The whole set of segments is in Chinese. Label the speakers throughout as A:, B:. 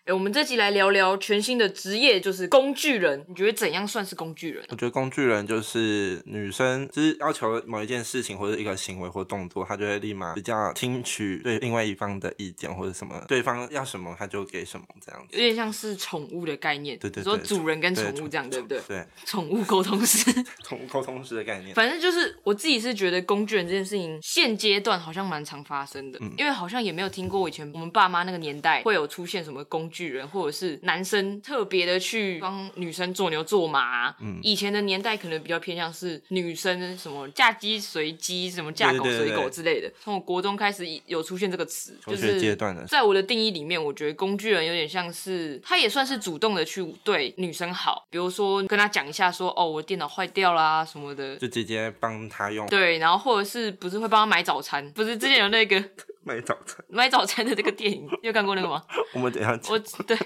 A: 哎诶我们这集来聊聊全新的职业，就是工具人。你觉得怎样算是工具人？
B: 我觉得工具人就是女生，就是要求某一件事情或者一个行为或动作，她就会立马比较听取对另外一方的意见或者什么，对方要什么她就给什么这样
A: 有
B: 子。
A: 点像是宠物的概念，
B: 对对对
A: 你说主人跟宠
B: 对
A: 物这样，对不对？
B: 对，
A: 宠物沟通师，
B: 从沟通式的概念，
A: 反正就是我自己是觉得工具人这件事情，现阶段好像蛮常发生的，
B: 嗯
A: 因为好像也没有听过以前我们爸妈那个年代会有出现什么工具人，或者是男生特别的去帮女生做牛做马、啊
B: 嗯
A: 以前的年代可能比较偏向是女生什么嫁鸡随鸡，什么嫁狗
B: 对对对
A: 随狗
B: 对
A: 之类的。从我国中开始有出现这个词，
B: 求
A: 就
B: 学
A: 是
B: 阶段的
A: 在我的定义里面，我觉得工具人有点像是他也算是主动的去对女生好，比如说跟他讲一下说哦，我电脑坏掉啦什么的，
B: 就直接帮她用
A: 对，然后或者是不是会帮他买早餐？不是之前有那个
B: 买早餐。
A: 买早餐的这个电影，你有看过那个吗？
B: 我们等一下讲
A: 我对。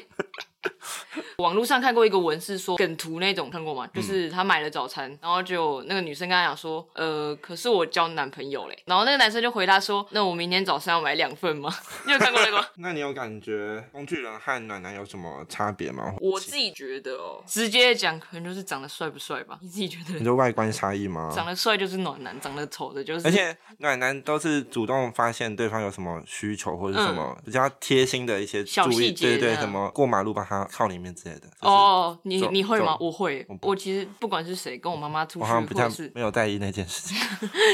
A: 网络上看过一个文是说梗图那种看过吗？就是他买了早餐，然后就那个女生跟他讲说，呃，可是我交男朋友嘞。然后那个男生就回答说，那我明天早上要买两份吗？ 你有看过那个吗？
B: 那你有感觉工具人和暖男有什么差别吗？
A: 我自己觉得哦，嗯直接讲可能就是长得帅不帅吧。你自己觉得
B: 你
A: 呢，
B: 说外观差异吗？
A: 长得帅就是暖男，长得丑的就是
B: 而且暖男都是主动发现对方有什么需求或者
A: 嗯
B: 什么比较贴心的一些
A: 小
B: 注
A: 细
B: 意，
A: 节
B: 对对，
A: 这样
B: 什么过马路帮他靠里面之类的。就是，
A: 哦，你
B: 走
A: 你会吗？
B: 走
A: 我会，我其实不管是谁跟我妈妈出
B: 我
A: 去，
B: 好像
A: 或
B: 比较
A: 者是
B: 没有在意那件 事情。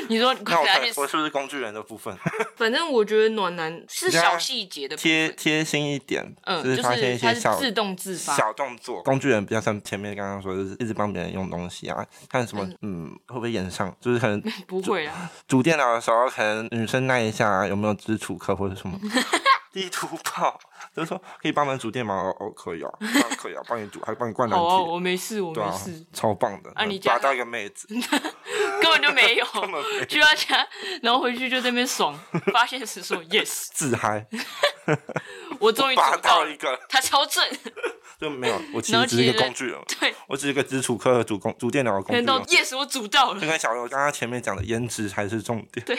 A: 你说
B: 那我
A: 快点去
B: 我是不是工具人的部分？
A: 反正我觉得暖男是
B: 比较
A: 小细节的部分
B: 贴贴心一点，
A: 嗯，
B: 就
A: 就是
B: 发现一
A: 是它
B: 些
A: 是
B: 小
A: 自动自发，
B: 小动作。工具人比较像前面刚刚说，就是一直帮别人用东西啊，看什么，嗯，会不会演上？就是可 能
A: 不会啦，
B: 组电脑的时候，可能女生那一下有没有支出课或者 什么地图炮，就是说可以帮忙煮电脑哦，哦可以啊，当然可以啊，帮你煮，还帮你灌篮
A: 好哦，
B: 题，
A: 我没事，我
B: 对
A: 没
B: 啊
A: 事，，
B: 超棒的，
A: 啊你家
B: 抓到一个妹 子，
A: 根本就没 有，
B: 根本没
A: 去他家，然后回去就在那边爽，发现时说 yes，
B: 自嗨，
A: 我终于
B: 拔
A: 找到
B: 到
A: 了
B: 一，个
A: 他超正，
B: 就没有，我其
A: 然后
B: 实只是
A: 其
B: 一个
A: 实
B: 工具人，
A: 对，
B: 我只是一个支出课和煮工煮电脑的工具
A: 看到
B: 人。
A: yes 我煮到了
B: 就。跟小刘刚刚前面讲的，颜值才是重点。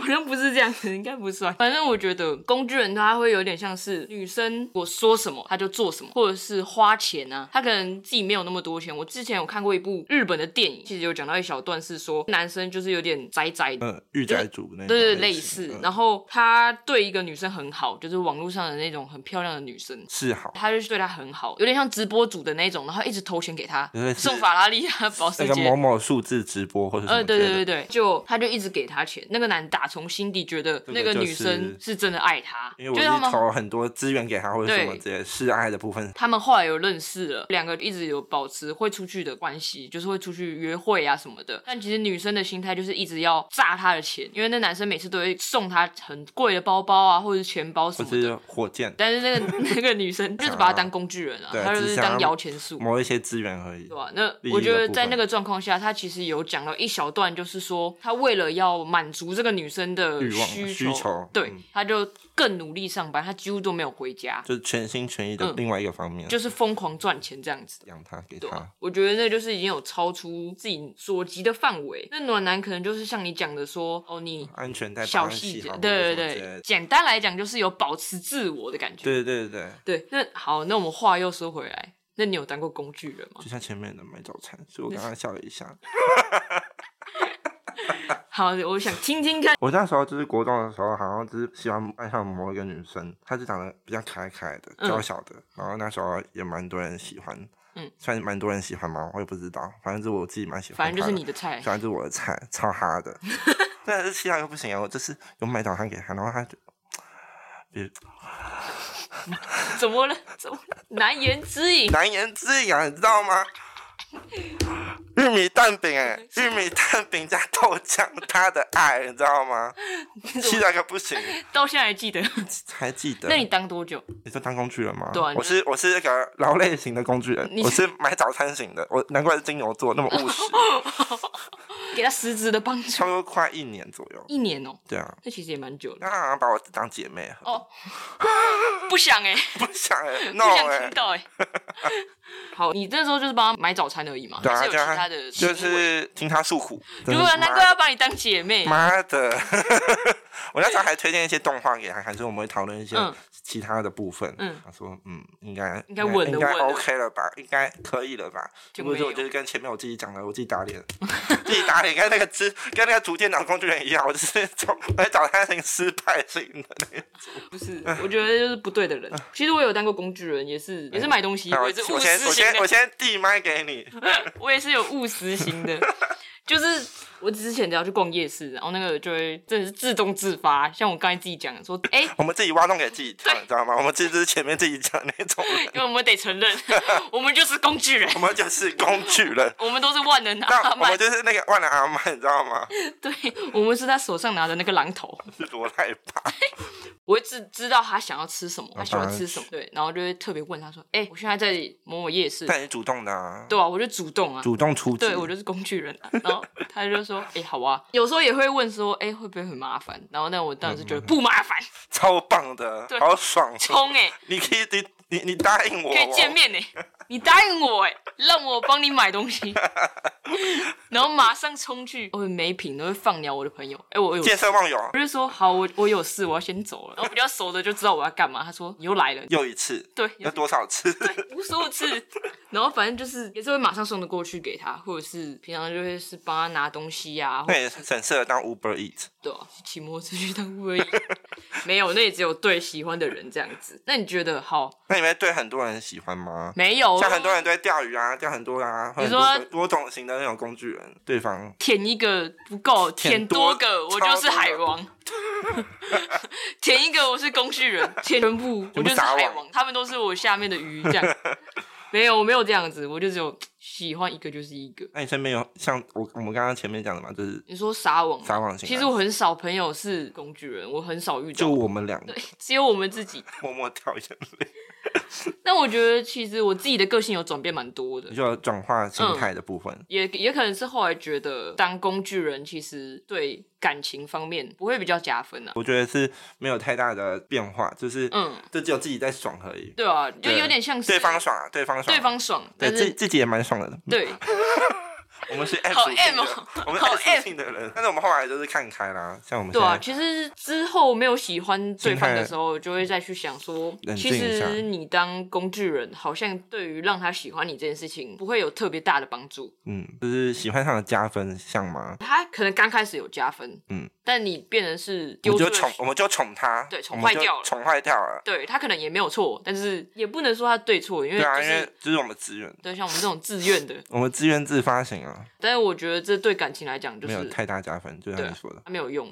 A: 好像不是这样子，应该不算。反正我觉得工具人他会有点像是女生，我说什么他就做什么，或者是花钱啊，他可能自己没有那么多钱。我之前有看过一部日本的电影，其实有讲到一小段是说男生就是有点宅宅的。
B: 嗯，御宅族那种
A: 对对，类
B: 类
A: 似。
B: 嗯
A: 然后他对一个女生很好，就是网络上的那种很漂亮的女生，
B: 是好
A: 他就是对她很好，有点像直播主的那种，然后一直投钱给她，
B: 对对是
A: 送法拉利啊、保时
B: 那个
A: 捷
B: 某某数字直播或者什么
A: 呃，
B: 之
A: 对
B: 类的，
A: 对对对，就他就一直给他钱，那个男打从心底觉得
B: 个
A: 那个
B: 就
A: 女生是真的爱他，
B: 因为我
A: 就是他
B: 是
A: 们
B: 投很多资源给他或者什么
A: 对
B: 之类的示爱的部分，
A: 他们后来有认识了，两个一直有保持会出去的关系，就是会出去约会啊什么的。但其实女生的心态就是一直要榨他的钱，因为那男生每次都会送她很贵的包包啊，或者是钱包什
B: 或
A: 么的。
B: 是火箭
A: 但是那个 那个女生就是把他当工具人啊，
B: 对
A: 她就
B: 只
A: 是
B: 想要
A: 当摇钱树。
B: 某一些资源而已
A: 对。吧、啊那
B: 利益
A: 我觉
B: 的
A: 得
B: 部
A: 在
B: 分
A: 那个状况下，他其实有讲到一小段，就是说他为了要满足这个女生的
B: 欲望
A: 需
B: 需求
A: 对
B: 嗯，
A: 他就更努力上班，他几乎都没有回家，
B: 就是全心全意的
A: 嗯
B: 另外一个方面，
A: 就是疯狂赚钱这样子。
B: 养他给
A: 对啊
B: 他，，
A: 我觉得那就是已经有超出自己所及的范围。那暖男可能就是像你讲的说，哦，你
B: 安全带
A: 小
B: 帮他
A: 细
B: 系
A: 节
B: 好，
A: 对对
B: 或者什么之类
A: 对，
B: 的
A: 简单来讲就是有保持自我的感觉。
B: 对对对对，
A: 对，那好，那我们话又说回来，那你有当过工具人吗？
B: 就像前面的买早餐，所以我刚刚笑了一下。
A: 好，我想听听看。
B: 我那时候就是国中的时候，好像就是喜欢爱上某一个女生，她就长得比较可爱可爱的、
A: 嗯
B: 娇小的，然后那时候也蛮多人喜欢，
A: 嗯，
B: 算是蛮多人喜欢吗？我也不知道，反正就是我自己蛮喜欢她
A: 反
B: 的，
A: 正就是你的菜，
B: 喜欢就是我的菜，超哈的， 但是气到一个不行啊！我就是有买早餐给她，然后她就。别
A: 怎么了？怎么了难言之隐？
B: 难言之隐啊，你知道吗？玉米蛋饼哎、 玉米蛋饼加豆浆，她的爱，你知 道吗？气到一个不行，
A: 到现在还记得？
B: 还记得？
A: 那你当多久？
B: 你说当工具人吗？
A: 对啊
B: 我是我是那个劳累型的工具人
A: 你，
B: 我是买早餐型的，我难怪是金牛座那么务实。
A: 给他实质的帮助
B: 差。不多快一年左右。
A: 一年哦、
B: 对啊，
A: 这其实也蛮久了。
B: 那好像把我当姐妹啊，
A: 哦，不想 哎、
B: 不想欸
A: 不
B: no
A: 想
B: 哎
A: 听， 到哎、好，你那时候就是帮他买早餐而已嘛，
B: 对啊，
A: 还是有
B: 就
A: 其他的
B: 是就
A: 行为。
B: 是听他诉苦。
A: 对
B: 真的
A: 啊，
B: 是
A: 难怪要把你当姐妹。
B: 妈的！ 我那时候还推荐一些动画给他看，所以我们会讨论一些
A: 嗯
B: 其他的部分。
A: 嗯
B: 他说嗯，应该
A: 应该稳的
B: 应该
A: 稳的
B: OK 了吧，应该可以了吧。
A: 就
B: 结
A: 没有
B: 果就我就是跟前面我自己讲的，我自己 打脸，自己打脸，跟那个之跟那个竹电脑工具人一样，我就是 从我在找他那个失败所以
A: 不是，我觉得就是不对的人。其实我有当过工具人，也是也是买东西，
B: 嗯哎那我
A: 也是务
B: 我先
A: 实
B: 我
A: 型
B: 先我
A: 的，
B: 先递麦给你，
A: 我也是有务实型的。 就是我之前只要去逛夜市，然后那个就会真的是自动自发，像我刚才自己讲的 说，哎、
B: 我们自己挖洞给自己 跳，你知道吗？我们这就是前面自己讲的那种人，
A: 因为我们得承认， 我们就是工具 人，。
B: 我们就是工具人
A: 我们都是万能
B: 那
A: 阿
B: 我
A: 曼
B: 们，就是那个万能阿曼，你知道吗？
A: 对，我们是他手上拿的那个榔头，
B: 是多害怕。
A: 我会知知道他想要吃什么，他
B: 啊
A: 喜欢
B: 当然
A: 吃什么，对，然后就会特别问他说，哎、我现在在某某夜市，
B: 但你主动的啊，
A: 对啊，我就主动啊，
B: 主动出击。
A: 对我就是工具人、啊。然后他就说：“哎、好啊。”有时候也会问说：“哎、会不会很麻烦？”然后但我当然是觉得
B: 嗯
A: 不麻烦，
B: 超棒的
A: 对，
B: 好爽！
A: 冲哎、
B: 你可以，你你你答应我，哦
A: 可以见面哎、你答应我哎、让我帮你买东 西，然后马上冲去，我没品都会放鸟我的朋友。哎、我有
B: 我。见色忘友
A: 我，就说好，我我有事，我要先走了。然后比较熟的就知道我要干嘛。他说你又来了，
B: 又一次，
A: 对，
B: 要多少次？
A: 无数次， 然后反正就是也是会马上送的过去给他，或者是平常就会是帮他拿东西呀、啊，或者
B: 那也很适合当 Uber Eat。
A: 对啊，骑摩托车去当 Uber Eats 没有，那也只有对喜欢的人这样子。那你觉得好？
B: 那你们对很多人喜欢吗？
A: 没有，哦
B: 像很多人都在钓鱼啊，钓很多啊，
A: 你
B: 很
A: 说
B: 多多种型的那种工具人，对方
A: 舔一个不够，
B: 舔
A: 舔
B: 多
A: 个我
B: 超
A: 就是
B: 多
A: 海
B: 个
A: 王， 舔一个我是工具 人，舔全部我就是
B: 撒
A: 海
B: 网
A: 王，他们都是我下面的鱼这 样。没有，我没有这样子，我就只有喜欢一个就是一个。
B: 那你身边有像我我们刚刚前面讲的嘛，就是
A: 你说撒网吗，
B: 撒网型啊
A: 其实我很少朋友是工具人，我很少遇
B: 就
A: 到，
B: 我们两个
A: 只有我们自己。
B: 默默掉眼泪，
A: 但我觉得其实我自己的个性有转变蛮多的
B: 你，就有转化心
A: 嗯
B: 态的部分。
A: 也也可能是后来觉得当工具人，其实对感情方面不会比较加分啊。
B: 我觉得是没有太大的变化，就是
A: 嗯，
B: 就只有自己在爽而已。
A: 对啊，就有点像是
B: 对方爽啊，对方爽啊，
A: 对方爽，
B: 对嗯
A: 但
B: 自己
A: 是
B: 自己也蛮爽的。
A: 对啊
B: 我们是 M
A: 好
B: 属性
A: M
B: 的
A: 哦，
B: 我们
A: 好
B: S 属性的人，但是我们后来就是看开啦。像我们现
A: 对啊，
B: 在，
A: 其实之后没有喜欢对方的时候，就会再去想说，
B: 啊冷
A: 其
B: 静一下
A: 实你当工具人，好像对于让他喜欢你这件事情，不会有特别大的帮助。
B: 嗯，就是喜欢上的加分项吗？
A: 他可能刚开始有加分，
B: 嗯，
A: 但你变成是丢
B: 我们
A: 出
B: 就
A: 了
B: 宠，我们就宠他，
A: 对宠
B: 我们
A: 坏掉
B: 就
A: 了
B: 宠坏掉了。
A: 对他可能也没有错，但是也不能说他对错，因为
B: 对啊，
A: 就
B: 因
A: 是
B: 为就是我们自愿，
A: 对，像我们这种自愿的，
B: 我们自愿自发型啊，
A: 但是我觉得这对感情来讲就
B: 没有
A: 是
B: 太大加分，就
A: 对
B: 像
A: 啊
B: 你说的，
A: 它没有用。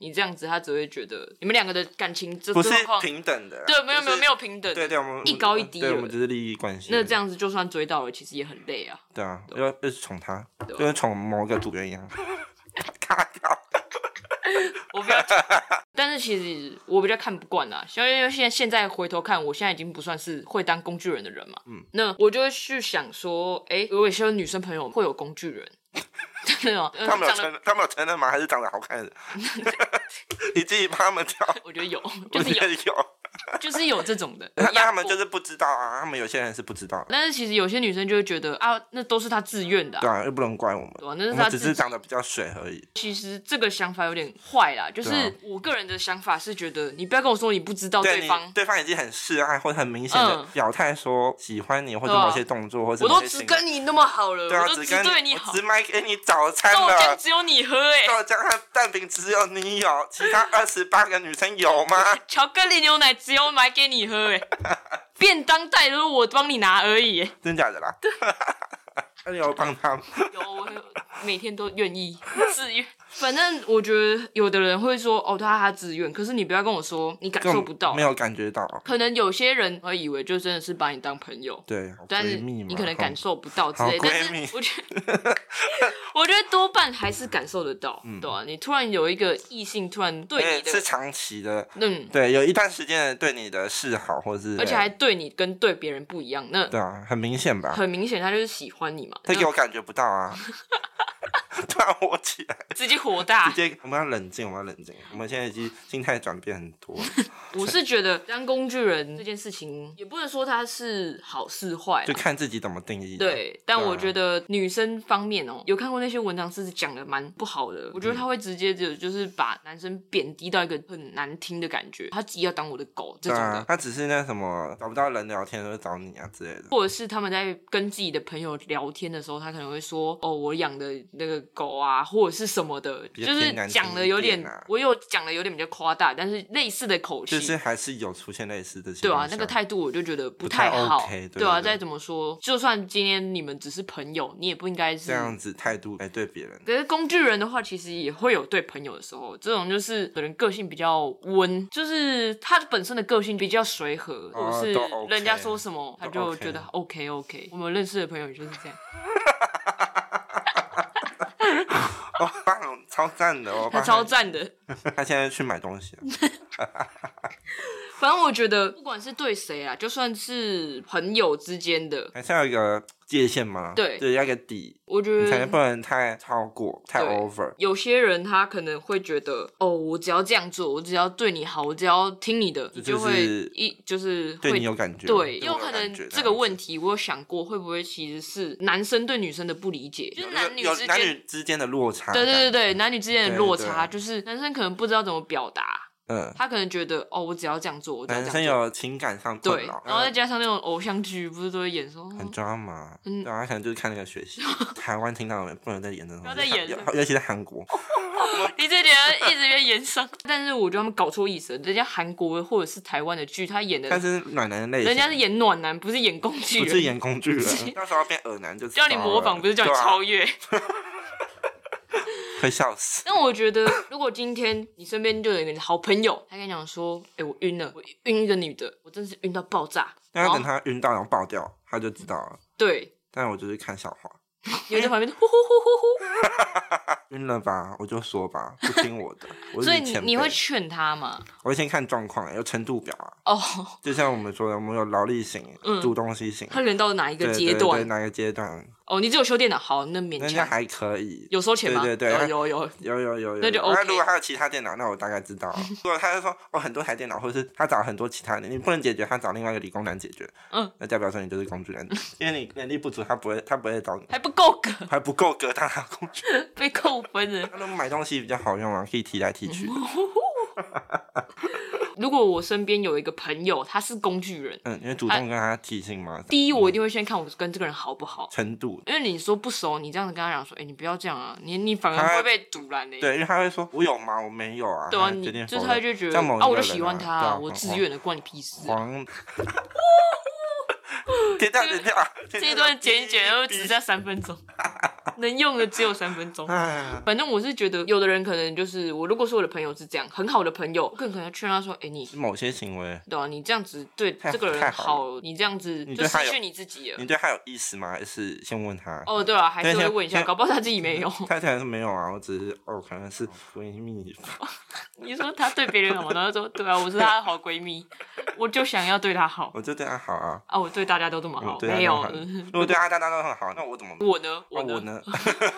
A: 你这样子，他只会觉得你们两个的感情这
B: 不是
A: 状况，
B: 平等的啦。
A: 对，没有
B: 就是
A: 没有没有平等。
B: 对对，我们
A: 一高一低
B: 对，
A: 了
B: 我们只是利益关系。
A: 那这，样子就算追到了，其实也很累啊。
B: 对啊，要要是宠他，
A: 对
B: 就
A: 啊
B: 跟宠某个组员一样， 卡掉。
A: 我 不要，但是其实我比较看不惯啦，像因为现在现在回头看，我现在已经不算是会当工具人的人嘛。嗯，那我就会去想说，哎、我有些女生朋友会有工具 人，真的吗？呃
B: 他们有
A: 长得，
B: 承，他们有承认吗？还是长得 好看的？ 你自己帮他们挑，
A: 我觉得 有，
B: 我
A: 就是
B: 觉得
A: 有，
B: 有。
A: 就是有这种的。
B: 那那他们就是不知道啊，他们有些人是不知道的，
A: 但是其实有些女生就会觉得啊，那都是她自愿的啊、
B: 对啊，又不能怪我们，
A: 对啊那是
B: 我
A: 他
B: 们只
A: 自
B: 是
A: 己
B: 长得比较水而已。
A: 其实这个想法有点坏啦，就是
B: 对啊
A: 我个人的想法是觉得，你不要跟我说你不知道
B: 对
A: 哦对方
B: 你，对方已经很示爱或者很明显的
A: 嗯
B: 表态说喜欢你，或者
A: 对啊
B: 某些动作，或者
A: 我都
B: 某些
A: 只
B: 行为
A: 跟你那么好了，
B: 对啊，
A: 我都
B: 只
A: 只
B: 跟
A: 对
B: 你
A: 好
B: 我，只买给你早餐
A: 豆浆
B: 了。
A: 只有啊你喝哎、
B: 豆浆和蛋饼只有你有，其他二十八个女生有吗？
A: 巧克力牛奶只有买给你喝哎、 便当袋都是我帮你拿而已、欸。
B: 真假的啦？ 那你有帮他吗？
A: 有，我每天都愿意自愿。反正我觉得有的人会说哦，他他自愿，可是你不要跟我说你感受不到
B: 没，有感觉到，哦
A: 可能有些人会以为就真的是把你当朋友，
B: 对，
A: 但是
B: 闺蜜嘛
A: 你可能
B: 哦
A: 感受不到之类，
B: 好
A: 但
B: 闺蜜
A: 是我觉得， 我觉得多半还是感受得到，对啊，你突然有一个异性突然对你
B: 对哎是
A: 的，
B: 长期的，
A: 嗯，
B: 对，有一段时间的对你的示好，或是啊
A: 而且还对你跟对别人不一样，那
B: 对啊，很明显吧？
A: 很明显他就是喜欢你嘛。
B: 他
A: 那
B: 给我感觉不到啊， 突然火起来，
A: 直接火大
B: 直。接我们要冷静，我们要冷静，我们现在已经心态转变很 多了。
A: 我是觉得当工具人这件事情，也不能说它是好是坏
B: 就
A: 啦。
B: 看自己怎么定义。，
A: 对，但
B: 对啊
A: 我觉得女生方面哦、有看过那些文章，是讲的蛮不好的。
B: 嗯
A: 我觉得他会直接就就是把男生贬低到一个很难听的感觉，他自己要当我的狗这
B: 对
A: 种
B: 啊
A: 的，，
B: 他只是那什么找不到人聊天，就会找你啊之类的。
A: 或者是他们在跟自己的朋友聊天的时候，他可能会说：“哦，我养的那个狗啊，或者是什么的，
B: 比较
A: 就是
B: 偏男性
A: 讲的有
B: 一
A: 点
B: 点啊，
A: 我有讲的有点比较夸大，但是类似的口气。
B: 就是还是有出现类似的情
A: 对啊
B: 况，
A: 那个
B: 下
A: 态度我就觉得不
B: 不太
A: 好。
B: OK，对
A: 啊，
B: 对对
A: 再怎么说，就算今天你们只是朋友，你也不应该是
B: 这样子态度来对别人，
A: 可是工具人的话，其实也会有对朋友的时候，这种就是可能个性比较温，就是他本身的个性比较随和，
B: 哦
A: 或者
B: 都
A: 是
B: OK
A: 人家说什么他
B: 都
A: 就
B: OK
A: 觉得 OK OK。我们认识的朋友就是这样，
B: 哦，棒，超赞的哦，
A: 他
B: 棒
A: 超，赞的。
B: 他现在去买东 西了，啊
A: 反正我觉得，不管是对谁啊，就算是朋友之间的，
B: 还是要有一个界限嘛，
A: 对
B: 对，要有一个底，
A: 我觉
B: 你才能不
A: 得。
B: 能太超过，太
A: 对
B: over，
A: 有些人他可能会觉得，哦，我只要这样做，我只要对你好，我只要听你的，你
B: 就
A: 就是会一就是会
B: 对你有感觉，
A: 对，
B: 我
A: 有可
B: 感
A: 能
B: 觉
A: 这个问题，我有想过会不会其实是男生对女生的不理解，就
B: 这
A: 是
B: 样
A: 男女
B: 有
A: 之
B: 有男
A: 间，
B: 女之间的落差，
A: 对对对，对，男女之间的落差，
B: 对
A: 就是男生可能不知道怎么表达，
B: 嗯，
A: 他可能觉得哦，我只要这样做，我只要
B: 男
A: 这
B: 生
A: 样做，
B: 有情感上困
A: 对，
B: 扰，嗯
A: 然后再加上那种偶像剧，不是都会演说，
B: 很
A: 哦
B: 抓马，
A: 嗯
B: 对啊，他可能就是看那个 学习，台湾听到了没？不能再演这种东西，
A: 不要再演
B: 尤
A: 了
B: 尤其是韩国，
A: 你这点一直被演上， 但是我觉得他们搞错意思了，人家韩国或者是台湾的剧，他演的，
B: 但是暖男的类型，
A: 人家是演暖男，不是演工具
B: 不是
A: 人，
B: 演工具
A: 不是
B: 人，到时候变耳男就知
A: 叫你
B: 道
A: 模
B: 了
A: 仿，不是叫你
B: 对啊
A: 超越。
B: 会笑死。
A: 但我 觉得，如果今天你身边就有一个好朋友，他跟你讲说：“哎、我晕了，我晕一个女的，我真是晕到爆炸。”
B: 但
A: 然
B: 要
A: 后
B: 等他晕到然后爆掉，他就知道了。
A: 对，
B: 但我就是看笑话，
A: 你会在旁边呼呼呼呼
B: 晕了吧，我就说吧，不听我的。 我
A: 呼，
B: 是
A: 所以
B: 前辈
A: 你你会劝他 吗？
B: 我会先看状况，有程度表啊。
A: 哦，
B: 就像我们说的，我们有劳力型、
A: 嗯
B: 主动型型，
A: 他人到哪一个
B: 对
A: 阶
B: 对对，
A: 段？
B: 哪个阶段，
A: 哦，你只有修电脑，好，那勉
B: 人家
A: 强。
B: 还可以。
A: 有收钱吗？
B: 对对对
A: 有有有。
B: 有有有有，
A: 那就
B: 有
A: OK
B: 如果他有其他电脑，那我大概知 道了。如果他就说哦很多台电脑，或者是他找很多其他的，你不能解决，他找另外一个理工男解决，
A: 嗯，
B: 那代表说你就是工具人， 因为你能力不足，他不会他不会找你，
A: 还不够格，
B: 还不够格当他工具人。
A: 被扣分了。
B: 他那买东西比较好用啊，可以提来提
A: 嗯
B: 去。
A: 如果我身边有一个朋友，他是工具人，
B: 嗯，因为主动跟他提醒嘛，
A: 哎第一我一定会先看我跟这个人好不好，
B: 程度。
A: 因为你说不熟，你这样子跟他讲说，哎、你不要这样啊，你你反
B: 他
A: 而会被堵拦的、欸
B: 对，因为他会说：“我有吗？我没有啊。”
A: 对啊，
B: 他
A: 你
B: 决定
A: 就是
B: 否
A: 他
B: 认
A: 就觉得
B: 像某一个人啊，
A: 我就喜欢他、
B: 对啊
A: 我自愿的，关你屁事啊、
B: 黄。剪掉，剪掉，
A: 这
B: 这
A: 一段剪一剪，又只在三分钟， 能用的只有三分钟。
B: 哎，
A: 反正我是觉得，有的人可能就是我，如果说我的朋友是这样，很好的朋友，我更可能劝他说：“哎、你
B: 某些行为，
A: 对啊，你这样子对
B: 太
A: 这个
B: 太
A: 人
B: 好
A: 好，你这样子
B: 你
A: 就
B: 对他
A: 失
B: 有
A: 去你自己了。
B: 你对他有意思吗？还是先问他？”
A: 哦，对啊，还是
B: 对
A: 会
B: 像
A: 问一下，
B: 像
A: 搞不好他自己没有。
B: 他可能是没有啊，我只是哦，可能是闺蜜。
A: 你说他对别人好，然后说对啊，我是他的好闺蜜，我就想要对他好
B: 我就对他好啊，
A: 啊，我对大家都这么好，
B: 我哦对他啊
A: 没
B: 都
A: 有
B: 很。如果对他大家都很好，那我怎么？
A: 我呢，我
B: 哦
A: 呢
B: 我，呢？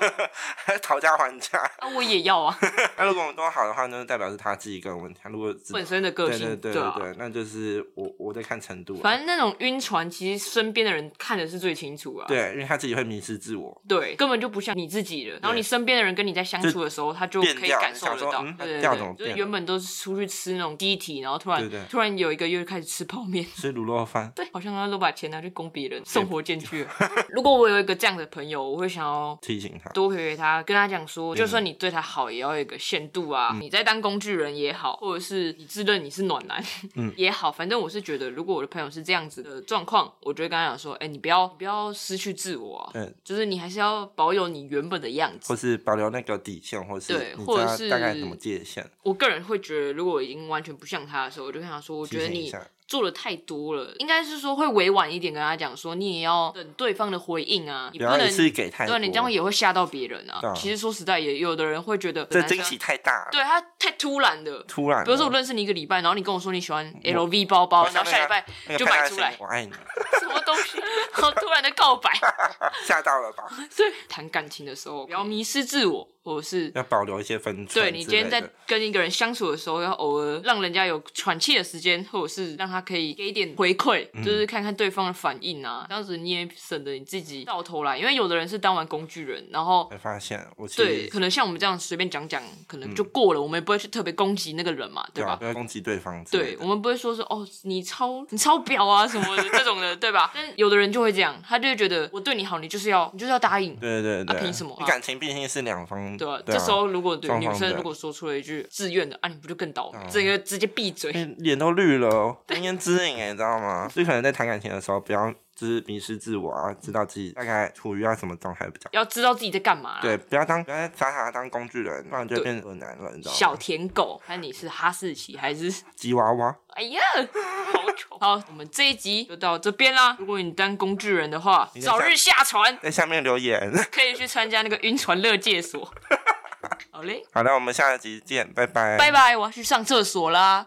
B: 讨价还价。
A: 啊，我也要啊，
B: 那如果我们都好的话，那就代表是他自己个人问题。他如果自
A: 本身的个
B: 对
A: 性，
B: 对对
A: 啊。
B: 对，那就是我我在看程度啊、
A: 反正那种晕船，其实身边的人看的是最清楚啊。
B: 对，因为他自己会迷失自我，
A: 对根本就不像你自己了。然后你身边的人跟你在相处的时候，他就
B: 变
A: 可以
B: 掉
A: 感
B: 你
A: 受
B: 想
A: 得
B: 说
A: 到。
B: 嗯
A: 对
B: 掉
A: 对
B: 怎么
A: 对，就是
B: 变
A: 原本都是出去吃那种低体，然后突然
B: 对对
A: 突然有一个月开始吃泡面。
B: 吃卤肉饭。
A: 对，好像他都把钱拿去供别人，送活进去了。 如果我有一个这样的朋友，我会想要
B: 提醒他，
A: 多陪陪他，跟他讲说，就算你对他好，也要有一个限度啊。你在当工具人也好，或者是你自认你是暖男、
B: 嗯
A: 也好，反正我是觉得，如果我的朋友是这样子的状况，我就会跟他讲说，哎、你不要你不要失去自我、啊，
B: 嗯，
A: 就是你还是要保有你原本的样
B: 或
A: 子。
B: 是保留那个底线，或是
A: 对
B: 你
A: 或
B: 知
A: 者
B: 道
A: 是
B: 大概怎么界限。
A: 我个人会觉得，如果我已经完全不像他的时候，我就跟他说，我觉得
B: 提醒一
A: 你
B: 下
A: 做的太多了，应该是说会委婉一点跟他讲说，你也要等对方的回应啊，你
B: 不
A: 不
B: 要
A: 能
B: 一次给太
A: 对
B: 多，
A: 啊，你这样也会吓到别人啊。
B: 对啊
A: 其实说实在也，有的人会觉得
B: 这
A: 男生
B: 惊喜太大了，
A: 对他太突然的。
B: 突然了。嗯
A: 比如说我认识你一个礼拜，然后你跟我说你喜欢 LV 包包，
B: 我
A: 然后下礼拜
B: 那个
A: 就
B: 派
A: 买
B: 大
A: 出
B: 星
A: 来
B: 我爱你，
A: 什么东西？ 好突然的告白。
B: 吓到了吧？
A: 对，谈感情的时候不要迷失自我，或者是
B: 要保留一些分寸之类
A: 对
B: 的。
A: 你今天在跟一个人相处的时候，要偶尔让人家有喘气的时间，或者是让他可以给一点回馈，就是看看对方的反应啊。这样子你也省得你自己到头来，因为有的人是当完工具人，然后
B: 才发现，我其
A: 对，
B: 实
A: 可能像我们这样随便讲讲，可能就过了，我们也不会去特别攻击那个人嘛，
B: 对
A: 吧
B: 啊，？不要攻击对方之类
A: 对，我
B: 的。
A: 们不会说是哦，你超你超婊啊什么的这种的，对吧？但有的人就会这样，他就会觉得我对你好，你就是要你就是要答应，
B: 对对对，
A: 啊凭什么啊
B: 你感情毕竟是两方，
A: 对吧、
B: 啊，
A: 这时候如果对
B: 双
A: 女
B: 方
A: 生
B: 的
A: 如果说出了一句自愿的啊，你不就更倒霉？
B: 嗯
A: 整个直接闭嘴。
B: 哎脸都绿了哦，红颜知影哎，你知道吗？所以可能在谈感情的时候，不要就是迷失自我啊，知道自己大概处于要什么状态比较。
A: 要知道自己在干嘛、
B: 对，，不要当不要再傻傻地当工具人，不然就
A: 对
B: 变恶男了，你知道
A: 小
B: 吗？
A: 舔狗，看你是哈士奇还是
B: 吉娃娃，
A: 哎呀，好丑。好，我们这一集就到这边啦。如果你当工具人的话，
B: 在
A: 早日下船，
B: 在下面留言。
A: 可以去参加那个晕船乐界所。好嘞，
B: 好了，我们下集见，拜拜，
A: 拜拜，我要去上厕所啦。